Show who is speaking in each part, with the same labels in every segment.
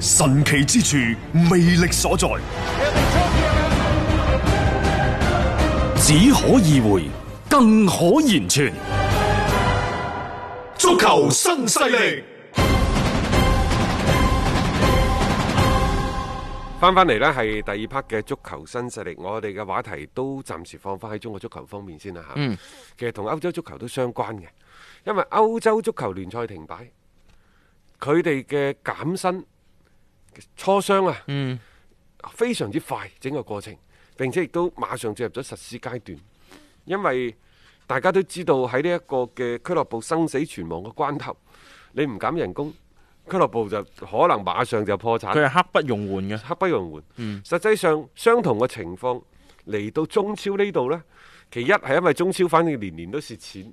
Speaker 1: 神奇之處，魅力所在，
Speaker 2: Here they come here.
Speaker 3: 只可意會，更可言傳。
Speaker 1: 足球新勢力。
Speaker 4: 翻翻嚟呢係第二 part 嘅足球新勢力，我哋嘅話題都暫時放翻喺中國足球方面先啦嚇。其實同歐洲足球都相關嘅，因為歐洲足球聯賽停擺，佢哋嘅減薪磋商啊，
Speaker 5: 嗯
Speaker 4: 非常之快整個過程，並且亦都馬上進入咗實施階段，因為大家都知道喺呢一個嘅俱樂部生死存亡嘅關頭，你唔減人工，俱樂部就可能馬上就破產。
Speaker 5: 佢係刻不容緩嘅。嗯
Speaker 4: 刻不容緩。實際上相同嘅情況嚟到中超呢度呢，其一係因為中超反正年年都蝕錢，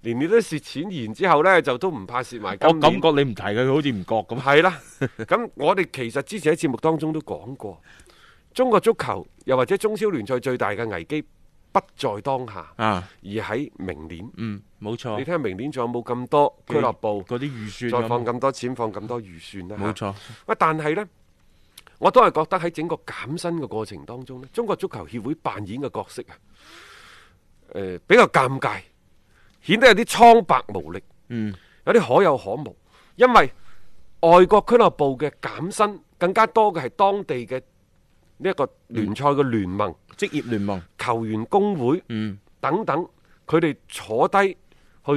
Speaker 4: 年年都蝕錢，然之後呢就都唔怕蝕埋
Speaker 5: 嗯我
Speaker 4: 今
Speaker 5: 感
Speaker 4: 年。
Speaker 5: 覺你唔提佢，佢好似唔覺咁。
Speaker 4: 係啦，咁我哋其實之前喺節目當中都講過，中國足球又或者中超聯賽最大嘅危機不在當下，
Speaker 5: 啊，
Speaker 4: 而喺明年。
Speaker 5: 嗯，冇錯。
Speaker 4: 你睇下明年仲有冇咁多俱樂部
Speaker 5: 嗰啲預算
Speaker 4: 再
Speaker 5: 有
Speaker 4: 放
Speaker 5: 冇
Speaker 4: 咁多錢、放咁多預算啦？
Speaker 5: 冇錯，
Speaker 4: 喂，但係呢，我都係覺得喺整個減薪嘅過程當中呢，中國足球協會扮演嘅角色啊，誒、比較尷尬，顯得有啲蒼白無力，
Speaker 5: 嗯，
Speaker 4: 有啲可有可無，因為外國俱樂部嘅減薪更加多嘅係當地嘅呢一個聯賽嘅聯盟、
Speaker 5: 職業聯盟，
Speaker 4: 球員工會
Speaker 5: 嗯，
Speaker 4: 等等，佢哋坐低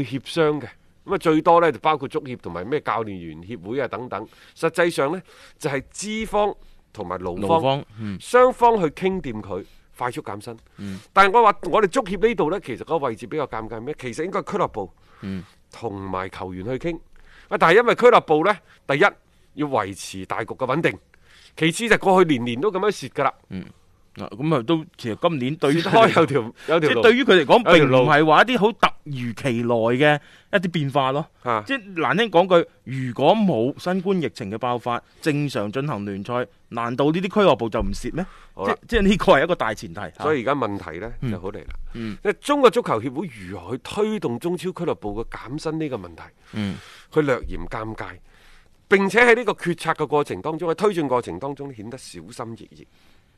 Speaker 4: 去協商嘅。咁啊，最多呢就包括足協同埋咩教練員協會啊等等。實際上呢，就係、資方同埋勞
Speaker 5: 勞
Speaker 4: 方
Speaker 5: 方，嗯，
Speaker 4: 雙方去傾掂佢，快速減薪。但係我話我哋足協呢度呢，其實個位置比較尷尬咩？其實應該係俱樂部同埋球員去傾。啊，但係因為俱樂部呢，第一要維持大局嘅穩定，其次就過去年年都咁樣蝕㗎啦，
Speaker 5: 嗱咁啊都其實今年對於
Speaker 4: 蝕
Speaker 5: 佢哋
Speaker 4: 開有條有
Speaker 5: 即
Speaker 4: 條
Speaker 5: 係
Speaker 4: 路
Speaker 5: 對於佢嚟講
Speaker 4: 有條
Speaker 5: 並
Speaker 4: 路
Speaker 5: 唔係話一啲好突如其來嘅一啲變化咯。
Speaker 4: 啊
Speaker 5: 即係難聽講句，如果冇新冠疫情嘅爆發，正常進行聯賽，難道呢啲俱樂部就唔蝕咩？
Speaker 4: 好啦
Speaker 5: 即即係呢個係一個大前提。
Speaker 4: 所
Speaker 5: 以
Speaker 4: 以而家問題呢就好嚟啦。因為中國足球協會如何去推動中超俱樂部嘅減薪呢個問題？佢略嫌尷尬，並且喺呢個決策嘅過程當中，喺推進過程當中顯得小心翼翼。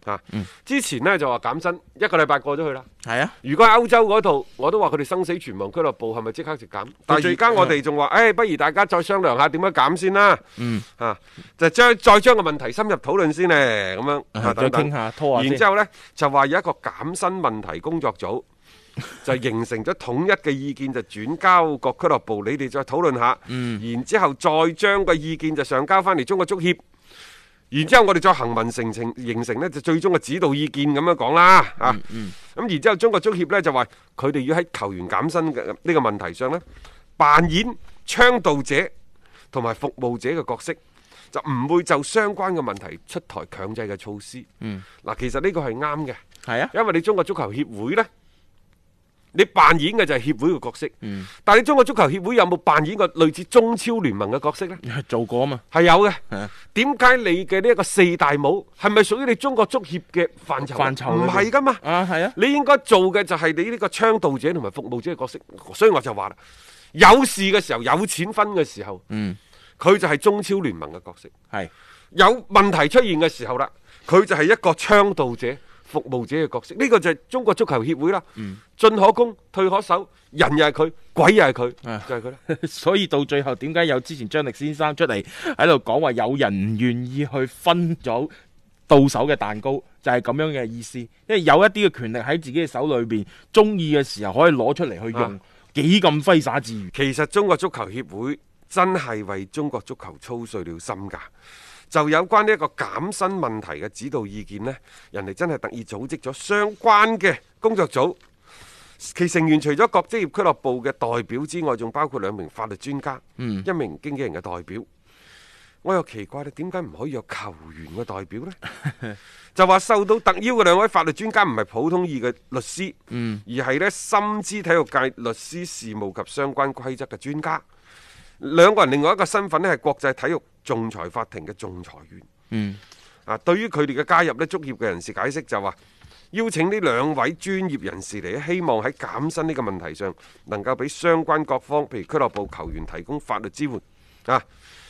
Speaker 4: 啊，之前呢就話減薪，一個禮拜過咗去啦。
Speaker 5: 係啊，
Speaker 4: 如果喺歐洲嗰度，我都話佢哋生死存亡俱樂部係咪即刻就減？但係而
Speaker 5: 最
Speaker 4: 家我哋仲話，誒、不如大家再商量下點樣減先啦。嗯，啊，就將再將個問題深入討論先咧，咁樣啊，
Speaker 5: 再
Speaker 4: 等等
Speaker 5: 傾下拖下先
Speaker 4: 然之後呢，就話有一個減薪問題 工作組。就形成咗統一嘅意見，就轉交各俱樂部，你哋再討論下，然之後再將個意見就上交翻嚟中國足協，然之後我哋再行文成成形成呢，就最終嘅指導意見咁樣講啦，啊，咁、然之後中國足協呢，就話佢哋要喺球員減薪嘅呢個問題上呢，扮演倡導者同埋服務者嘅角色。就唔會就相關嘅問題出台強制嘅措施。嗯，嗱，其實呢個係啱嘅。
Speaker 5: 係啊，
Speaker 4: 因為你中國足球協會呢，你扮演嘅就係協會嘅角色。但係你中國足球協會有冇扮演過類似中超聯盟嘅角色呢？
Speaker 5: 做過啊嘛。
Speaker 4: 係有嘅。點解你嘅呢一個四大帽係咪屬於你中國足協嘅範疇啊？
Speaker 5: 範疇裏
Speaker 4: 唔
Speaker 5: 面
Speaker 4: 係噶嘛。
Speaker 5: 啊，係啊，
Speaker 4: 你應該做嘅就係你呢個倡導者同埋服務者嘅角色，所以我就話啦，有事嘅時候，有錢分嘅時候，
Speaker 5: 嗯，
Speaker 4: 佢就係中超聯盟嘅角色；
Speaker 5: 係
Speaker 4: 有問題出現嘅時候啦，佢就係一個倡導者、服務者嘅角色。呢、個就係中國足球協會啦，進可攻，退可守，人又係佢，鬼又係佢，
Speaker 5: 啊
Speaker 4: 就係佢啦。
Speaker 5: 所以到最後點解有之前張力先生出嚟喺度講話有人唔願意去分咗到手嘅蛋糕，就係咁樣嘅意思，因為有一啲嘅權力喺自己嘅手裏邊，中意嘅時候可以攞出嚟去用
Speaker 4: 啊，
Speaker 5: 幾咁揮灑自如。
Speaker 4: 嗯其實中國足球協會真係為中國足球操碎了心㗎。就有關呢一個減薪問題嘅指導意見呢，人哋真係特意組織咗相關嘅工作組。其成員除咗各職業俱樂部嘅代表之外，仲包括兩名法律專家、一名經紀人嘅代表。我又奇怪你點解唔可以有球員嘅代表呢？就話受到特邀嘅兩位法律專家唔係普通意嘅律師，而係呢深知體育界律師事務及相關規則嘅專家。兩個人另外一個身份呢係國際體育仲裁法庭嘅仲裁員。啊，對於佢哋嘅加入呢，足協嘅人士解釋就話，邀請呢兩位專業人士嚟，希望喺減薪呢個問題上，能夠俾相關各方，譬如俱樂部、球員提供法律支援啊。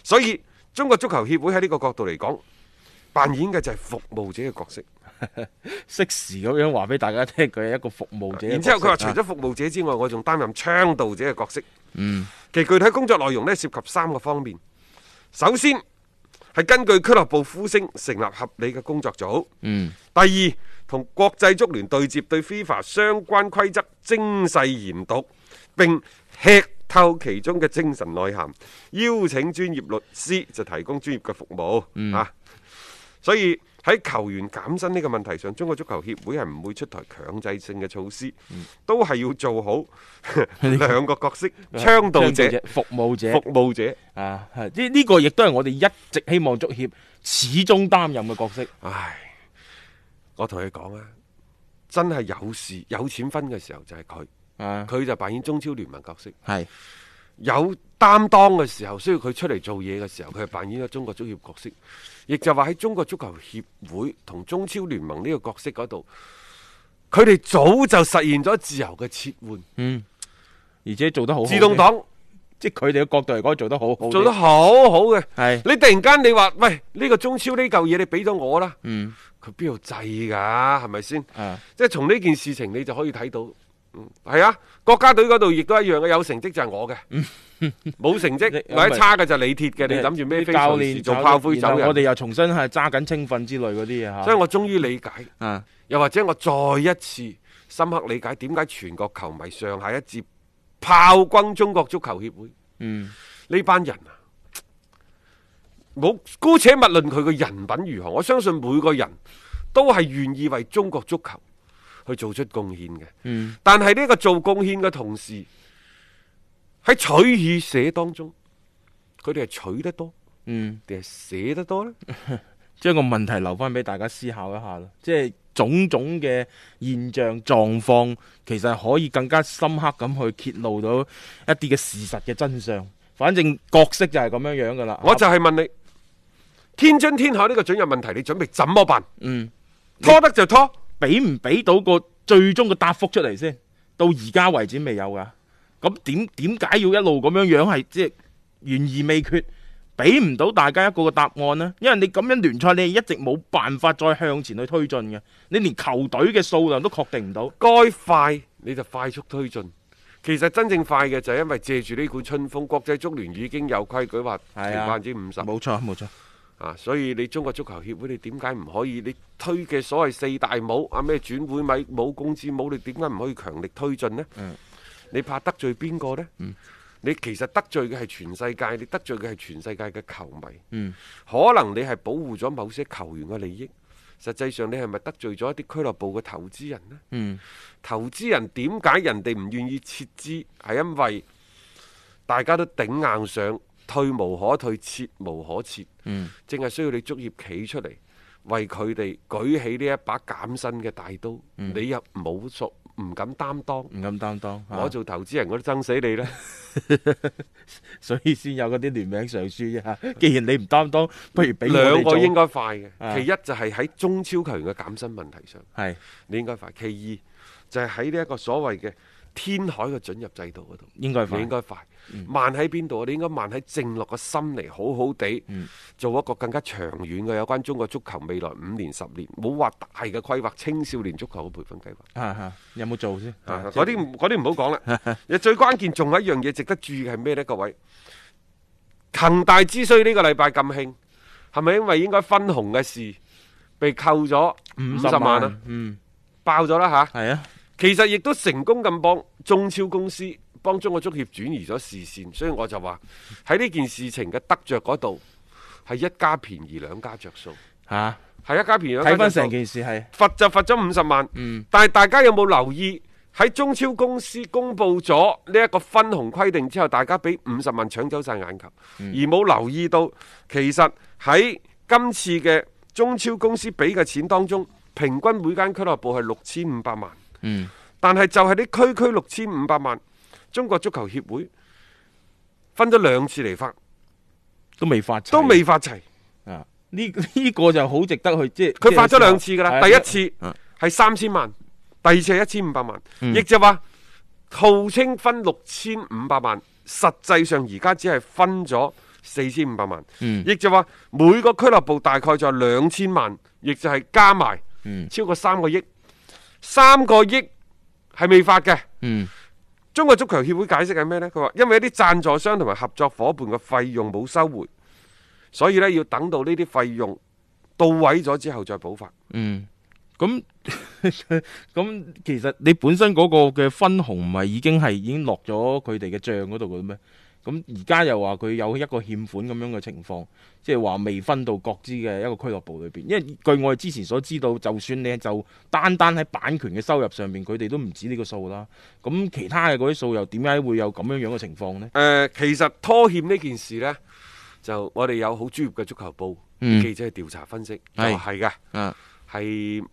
Speaker 4: 所以中國足球協會喺呢個角度嚟講，扮演嘅就係服務者嘅角色。
Speaker 5: 適時咁樣話俾大家聽，佢係一個服務者嘅角色。
Speaker 4: 然之後佢話，除
Speaker 5: 啊
Speaker 4: 咗服務者之外，我仲擔任倡導者嘅角色。
Speaker 5: 嗯
Speaker 4: 其具體工作內容呢，涉及三個方面。首先係根據俱樂部呼聲成立合理嘅工作組。
Speaker 5: 嗯
Speaker 4: 第二，同國際足聯對接對 FIFA 相關規則精細研讀，並吃透其中嘅精神內涵，邀請專業律師就提供專業嘅服務、啊。所以喺球員減薪呢個問題上，中國足球協會係唔會出台強制性嘅措施，都係要做 好 兩個角色：倡導者、
Speaker 5: 服務者
Speaker 4: 服務者。
Speaker 5: 啊，係呢呢個亦都係我哋一直希望足協始終擔任嘅角色。
Speaker 4: 唉，我同你講啊，真係有事有錢分嘅時候就係佢。
Speaker 5: 啊，
Speaker 4: 佢就扮演中超聯盟角色。
Speaker 5: 係
Speaker 4: 有擔當嘅時候，需要佢出嚟做嘢嘅時候，佢係扮演咗中國足協角色，亦就話喺中國足球協會同中超聯盟呢個角色嗰度，佢哋早就實現咗自由嘅切換，
Speaker 5: 而且做得好好嘅
Speaker 4: 自動，黨
Speaker 5: 即係佢哋嘅角度嚟講做得好好嘅，
Speaker 4: 做得好好嘅。
Speaker 5: 係
Speaker 4: 你突然間你話喂呢、個中超呢嚿嘢你俾咗我啦，
Speaker 5: 嗯
Speaker 4: 佢邊度制㗎？係咪先？
Speaker 5: 啊，
Speaker 4: 即係從呢件事情你就可以睇到，嗯，係啊，國家隊嗰度亦都一樣嘅，有成績就係我嘅，冇成績
Speaker 5: 嗯 你
Speaker 4: 或者差嘅就係李鐵嘅，你諗住孭飛
Speaker 5: 教
Speaker 4: 隨時
Speaker 5: 練
Speaker 4: 做炮灰
Speaker 5: 然
Speaker 4: 走
Speaker 5: 後我哋
Speaker 4: 人，
Speaker 5: 又重新係揸緊青訓之類嗰啲嘢嚇。
Speaker 4: 所以我終於理解，
Speaker 5: 啊，
Speaker 4: 又或者我再一次深刻理解點解全國球迷上下一致炮轟中國足球協會
Speaker 5: 嗯，
Speaker 4: 呢班人啊！冇姑且勿論佢嘅人品如何，我相信每個人都係願意為中國足球去做出貢獻嘅。
Speaker 5: 嗯，
Speaker 4: 但係呢個做貢獻嘅同時，喺取與捨當中，佢哋係取得多
Speaker 5: 嗯，
Speaker 4: 定係捨得多呢？
Speaker 5: 將個問題留翻俾大家思考一下咯，即係種種嘅現象狀況，其實係可以更加深刻咁去揭露到一啲嘅事實嘅真相。反正角色就係咁樣樣噶啦。
Speaker 4: 我就係問你，天津天海呢個准入問題，你準備怎麼辦？
Speaker 5: 嗯，
Speaker 4: 拖得就拖，
Speaker 5: 俾唔俾到個最終嘅答覆出嚟先？到而家為止未有噶。咁點點解要一路咁樣樣係即係懸而未決，俾唔到大家一個個答案呢？因為你咁樣聯賽，你係一直冇辦法再向前去推進嘅，你連球隊嘅數量都確定唔到。
Speaker 4: 該快你就快速推進。其實真正快嘅就係因為借住呢股春風，國際足聯已經有規矩話調
Speaker 5: 係啊
Speaker 4: 百分之五十
Speaker 5: 冇錯冇錯，
Speaker 4: 啊，所以你中國足球協會你點解唔可以你推嘅所謂四大帽啊咩轉會米帽、工資帽，你點解唔可以強力推進呢？你怕得罪邊個呢？你其實得罪嘅係全世界，你得罪嘅係全世界嘅球迷。可能你係保護咗某些球員嘅利益，實際上你係咪得罪咗一啲俱樂部嘅投資人呢？
Speaker 5: 嗯
Speaker 4: 投資人點解人哋唔願意撤資？係因為大家都頂硬上，退無可退，撤無可撤。
Speaker 5: 嗯，
Speaker 4: 正係需要你足協企出嚟，為佢哋舉起呢一把減薪嘅大刀。
Speaker 5: 嗯
Speaker 4: 你又冇所唔敢擔當。
Speaker 5: 唔敢擔當，
Speaker 4: 我做投資人，我都憎死你啦！
Speaker 5: 所以先有嗰啲聯名上書啫 嚇。既然你唔擔當，不如俾我
Speaker 4: 兩
Speaker 5: 哋
Speaker 4: 個
Speaker 5: 做。
Speaker 4: 應該快嘅，
Speaker 5: 啊
Speaker 4: 其一就係喺中超球員嘅減薪問題上，
Speaker 5: 係
Speaker 4: 你應該快；其二就係喺呢一個所謂嘅天海嘅准入制度嗰度，
Speaker 5: 應該快嗯
Speaker 4: 你應該快。慢喺邊度啊？你應該慢喺靜落個心嚟，好好地
Speaker 5: 嗯
Speaker 4: 做一個更加長遠嘅有關中國足球未來五年、十年，冇話大嘅規劃，青少年足球嘅培訓計劃。
Speaker 5: 嚇嚇，有冇做先？
Speaker 4: 啊
Speaker 5: 啊
Speaker 4: 嗰啲唔嗰啲唔好講啦。亦最關鍵仲有一樣嘢值得注意係咩呢？各位，恒大之所以呢個禮拜咁興，係咪因為應該分紅嘅事被扣咗五十萬啊，，
Speaker 5: 嗯，
Speaker 4: 爆咗啦吓！
Speaker 5: 系啊，
Speaker 4: 其實亦都成功咁幫中超公司幫中國足協轉移咗視線，所以我就話喺呢件事情嘅得着嗰度係一家便宜兩家着數，
Speaker 5: 吓，
Speaker 4: 係一家便宜兩家
Speaker 5: 睇翻
Speaker 4: 着數
Speaker 5: 成件事係
Speaker 4: 罰就罰咗五十萬，但係大家有冇留意喺中超公司公布咗呢一個分紅規定之後，大家俾五十萬搶走晒眼球，而冇留意到其實喺今次嘅中超公司俾嘅錢當中，平均每間俱樂部係六千五百萬，
Speaker 5: 嗯
Speaker 4: 但係就係呢區區六千五百萬，中國足球協會分咗兩次嚟發，
Speaker 5: 都未發齊，
Speaker 4: 都未發齊。
Speaker 5: 啊，呢 呢個就好值得去即係
Speaker 4: 佢發咗兩次㗎啦，第一次
Speaker 5: 嗯
Speaker 4: 係三千萬，第二次係一千五百萬，亦就話號稱分六千五百萬，實際上而家只係分咗四千五百萬，亦就話每個俱樂部大概就兩千萬，亦就係加埋超過三個億，三個億係未發嘅。
Speaker 5: 嗯
Speaker 4: 中國足球協會解釋係咩呢？佢話因為一啲贊助商同埋合作伙伴嘅費用冇收回，所以呢要等到呢啲費用到位咗之後再補發。
Speaker 5: 嗯，咁 咁其實你本身嗰個嘅分紅唔係已經係已經落咗佢哋嘅帳嗰度嘅咩？咁而家又話佢有一個欠款咁樣嘅情況，即係話未分到各支嘅一個俱樂部裏邊。因為據我哋之前所知道，就算你就單單喺版權嘅收入上面，佢哋都唔止呢個數啦。咁其他嘅嗰啲數又點解會有咁樣樣嘅情況呢？
Speaker 4: 誒、呃其實拖欠呢件事呢，就我哋有好專業嘅足球部、
Speaker 5: 嗯
Speaker 4: 記者去調查分析，就
Speaker 5: 係
Speaker 4: 係嘅，
Speaker 5: 啊，
Speaker 4: 係
Speaker 5: 誒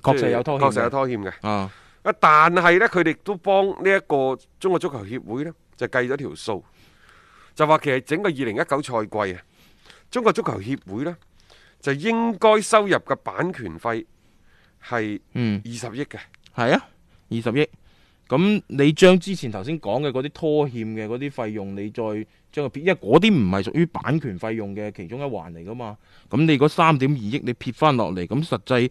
Speaker 5: 確實有拖欠嘅，
Speaker 4: 確實有拖欠嘅。
Speaker 5: 啊，
Speaker 4: 啊，但係呢，佢哋都幫呢一個中國足球協會呢，就計咗條數，就話其實整個二零一九賽季啊，中國足球協會呢，就應該收入嘅版權費係
Speaker 5: 嗯。
Speaker 4: 二十億嘅。
Speaker 5: 係啊，二十億。咁你將之前頭先講嘅嗰啲拖欠嘅嗰啲費用，你再將佢撇，因為嗰啲唔係屬於版權費用嘅其中一環嚟噶嘛。咁你嗰三點二億你撇翻落嚟，咁實際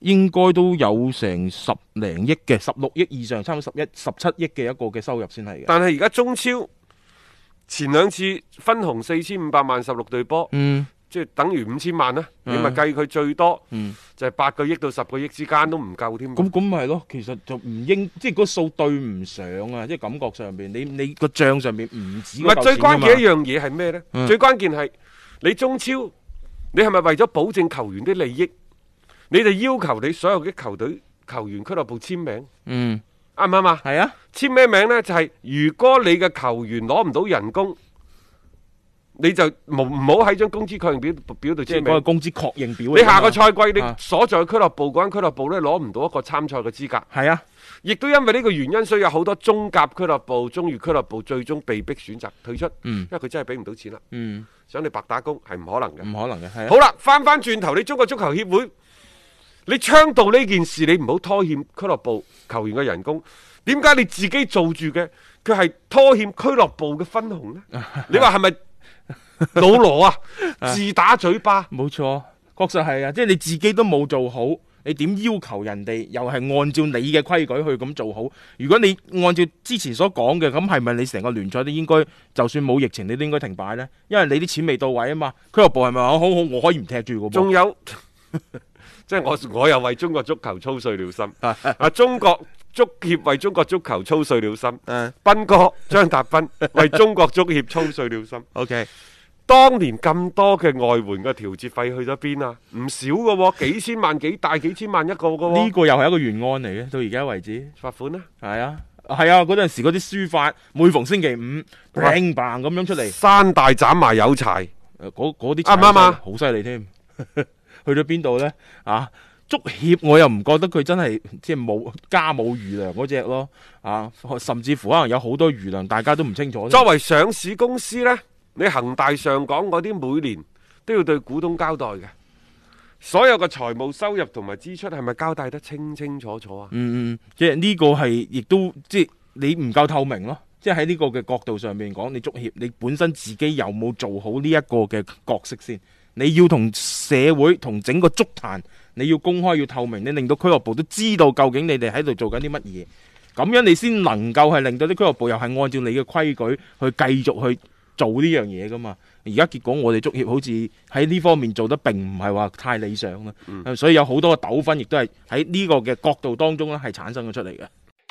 Speaker 5: 應該都有成十零億嘅，十六億以上，差唔多十一、十七億嘅一個嘅收入先係嘅。
Speaker 4: 但係而家中超前兩次分紅四千五百萬十六隊波。
Speaker 5: 嗯，
Speaker 4: 即係等於五千萬啦，你
Speaker 5: 嗯
Speaker 4: 咪計佢最多
Speaker 5: 嗯
Speaker 4: 就係八個億到十個億之間都唔夠添。
Speaker 5: 咁咁咪係咯，其實就唔應，即係嗰數對唔上啊，即係感覺上邊，你你個帳上面唔止
Speaker 4: 唔
Speaker 5: 嗰嚿
Speaker 4: 係最
Speaker 5: 錢㗎
Speaker 4: 關
Speaker 5: 嘛
Speaker 4: 鍵一樣嘢係咩呢？
Speaker 5: 嗯
Speaker 4: 最關鍵係你中超，你係咪為咗保證球員啲利益，你就要求你所有嘅球隊、球員、俱樂部簽名，
Speaker 5: 嗯，
Speaker 4: 啱唔啱啊？
Speaker 5: 係啊，
Speaker 4: 簽咩名呢？就係、如果你嘅球員攞唔到人工，你就唔唔好喺張工資確認表表度
Speaker 5: 即係
Speaker 4: 簽
Speaker 5: 嗰個
Speaker 4: 名。
Speaker 5: 工資確認表嚟㗎嘛。
Speaker 4: 你下個賽季你
Speaker 5: 啊
Speaker 4: 所在嘅俱樂部嗰間俱樂部呢，攞唔到一個參賽嘅資格。
Speaker 5: 係啊。
Speaker 4: 亦都因為呢個原因，所以有好多中甲俱樂部、中乙俱樂部最終被逼選擇退出，
Speaker 5: 嗯
Speaker 4: 因為佢真係俾唔到錢啦，
Speaker 5: 嗯，
Speaker 4: 想你白打工係唔可能嘅。
Speaker 5: 唔可能嘅，係啊
Speaker 4: 好啦，翻翻轉頭，你中國足球協會，你倡導呢件事，你唔好拖欠俱樂部球員嘅人工。點解你自己做住嘅，佢係拖欠俱樂部嘅分 紅呢？你話係咪老羅啊？自打嘴巴，
Speaker 5: 冇錯，確實係啊，即係你自己都冇做好，你點要求人哋又係按照你嘅規矩去咁做好？如果你按照之前所講嘅，咁係咪你成個聯賽都應該，就算冇疫情，你都應該停擺呢？因為你啲錢未到位啊嘛，俱樂部係咪話好好好，我可以唔踢住嘅
Speaker 4: 仲
Speaker 5: 噃？
Speaker 4: 有， 即係我我又為中國足球操碎了 心。啊，中國足協為中國足球操碎了 心。
Speaker 5: 嗯
Speaker 4: 斌哥張達斌 為中國足協操碎了心。
Speaker 5: ，OK，
Speaker 4: 當年咁多嘅外援嘅調節費去咗邊啊？唔少嘅喎、幾千萬、幾大幾千萬一個嘅喎、
Speaker 5: 呢個又係一個原案嚟嘅，到而家為止。
Speaker 4: 罰款啦、
Speaker 5: 係啊，係啊，嗰陣時嗰啲書法，每逢星期五，bang bang 咁樣出嚟。
Speaker 4: 山大斬埋有柴，
Speaker 5: 誒嗰嗰啲
Speaker 4: 啱唔啱啊
Speaker 5: 好犀利添， 去到邊度呢？啊，足協我又唔覺得佢真係即係冇家冇餘糧嗰只咯，啊，甚至乎可能有好多餘糧，大家都唔清楚。
Speaker 4: 作為上市公司呢，你恒大上港嗰啲每年都要對股東交代嘅，所有嘅財務收入同埋支出係咪交代得清清楚楚啊？
Speaker 5: 嗯嗯，即係呢個係亦都即係你唔夠透明咯。即係喺呢個嘅角度上面講，你足協你本身自己有冇做好呢一個嘅角色先？你要同社會同整個足壇，你要公開要透明，你令到俱樂部都知道究竟你哋喺度做緊啲乜嘢，咁樣你先能夠係令到啲俱樂部又係按照你嘅規矩去繼續去做呢樣嘢噶嘛。而家結果我哋足協好似喺呢方面做得並唔係話太理想啦，呃所以有好多嘅糾紛亦都係喺呢個嘅角度當中咧係產生咗出嚟嘅。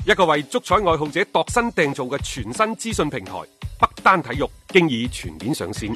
Speaker 4: 一個為足彩愛好者度身訂造嘅全新資訊平台北單體育，經已全面上線。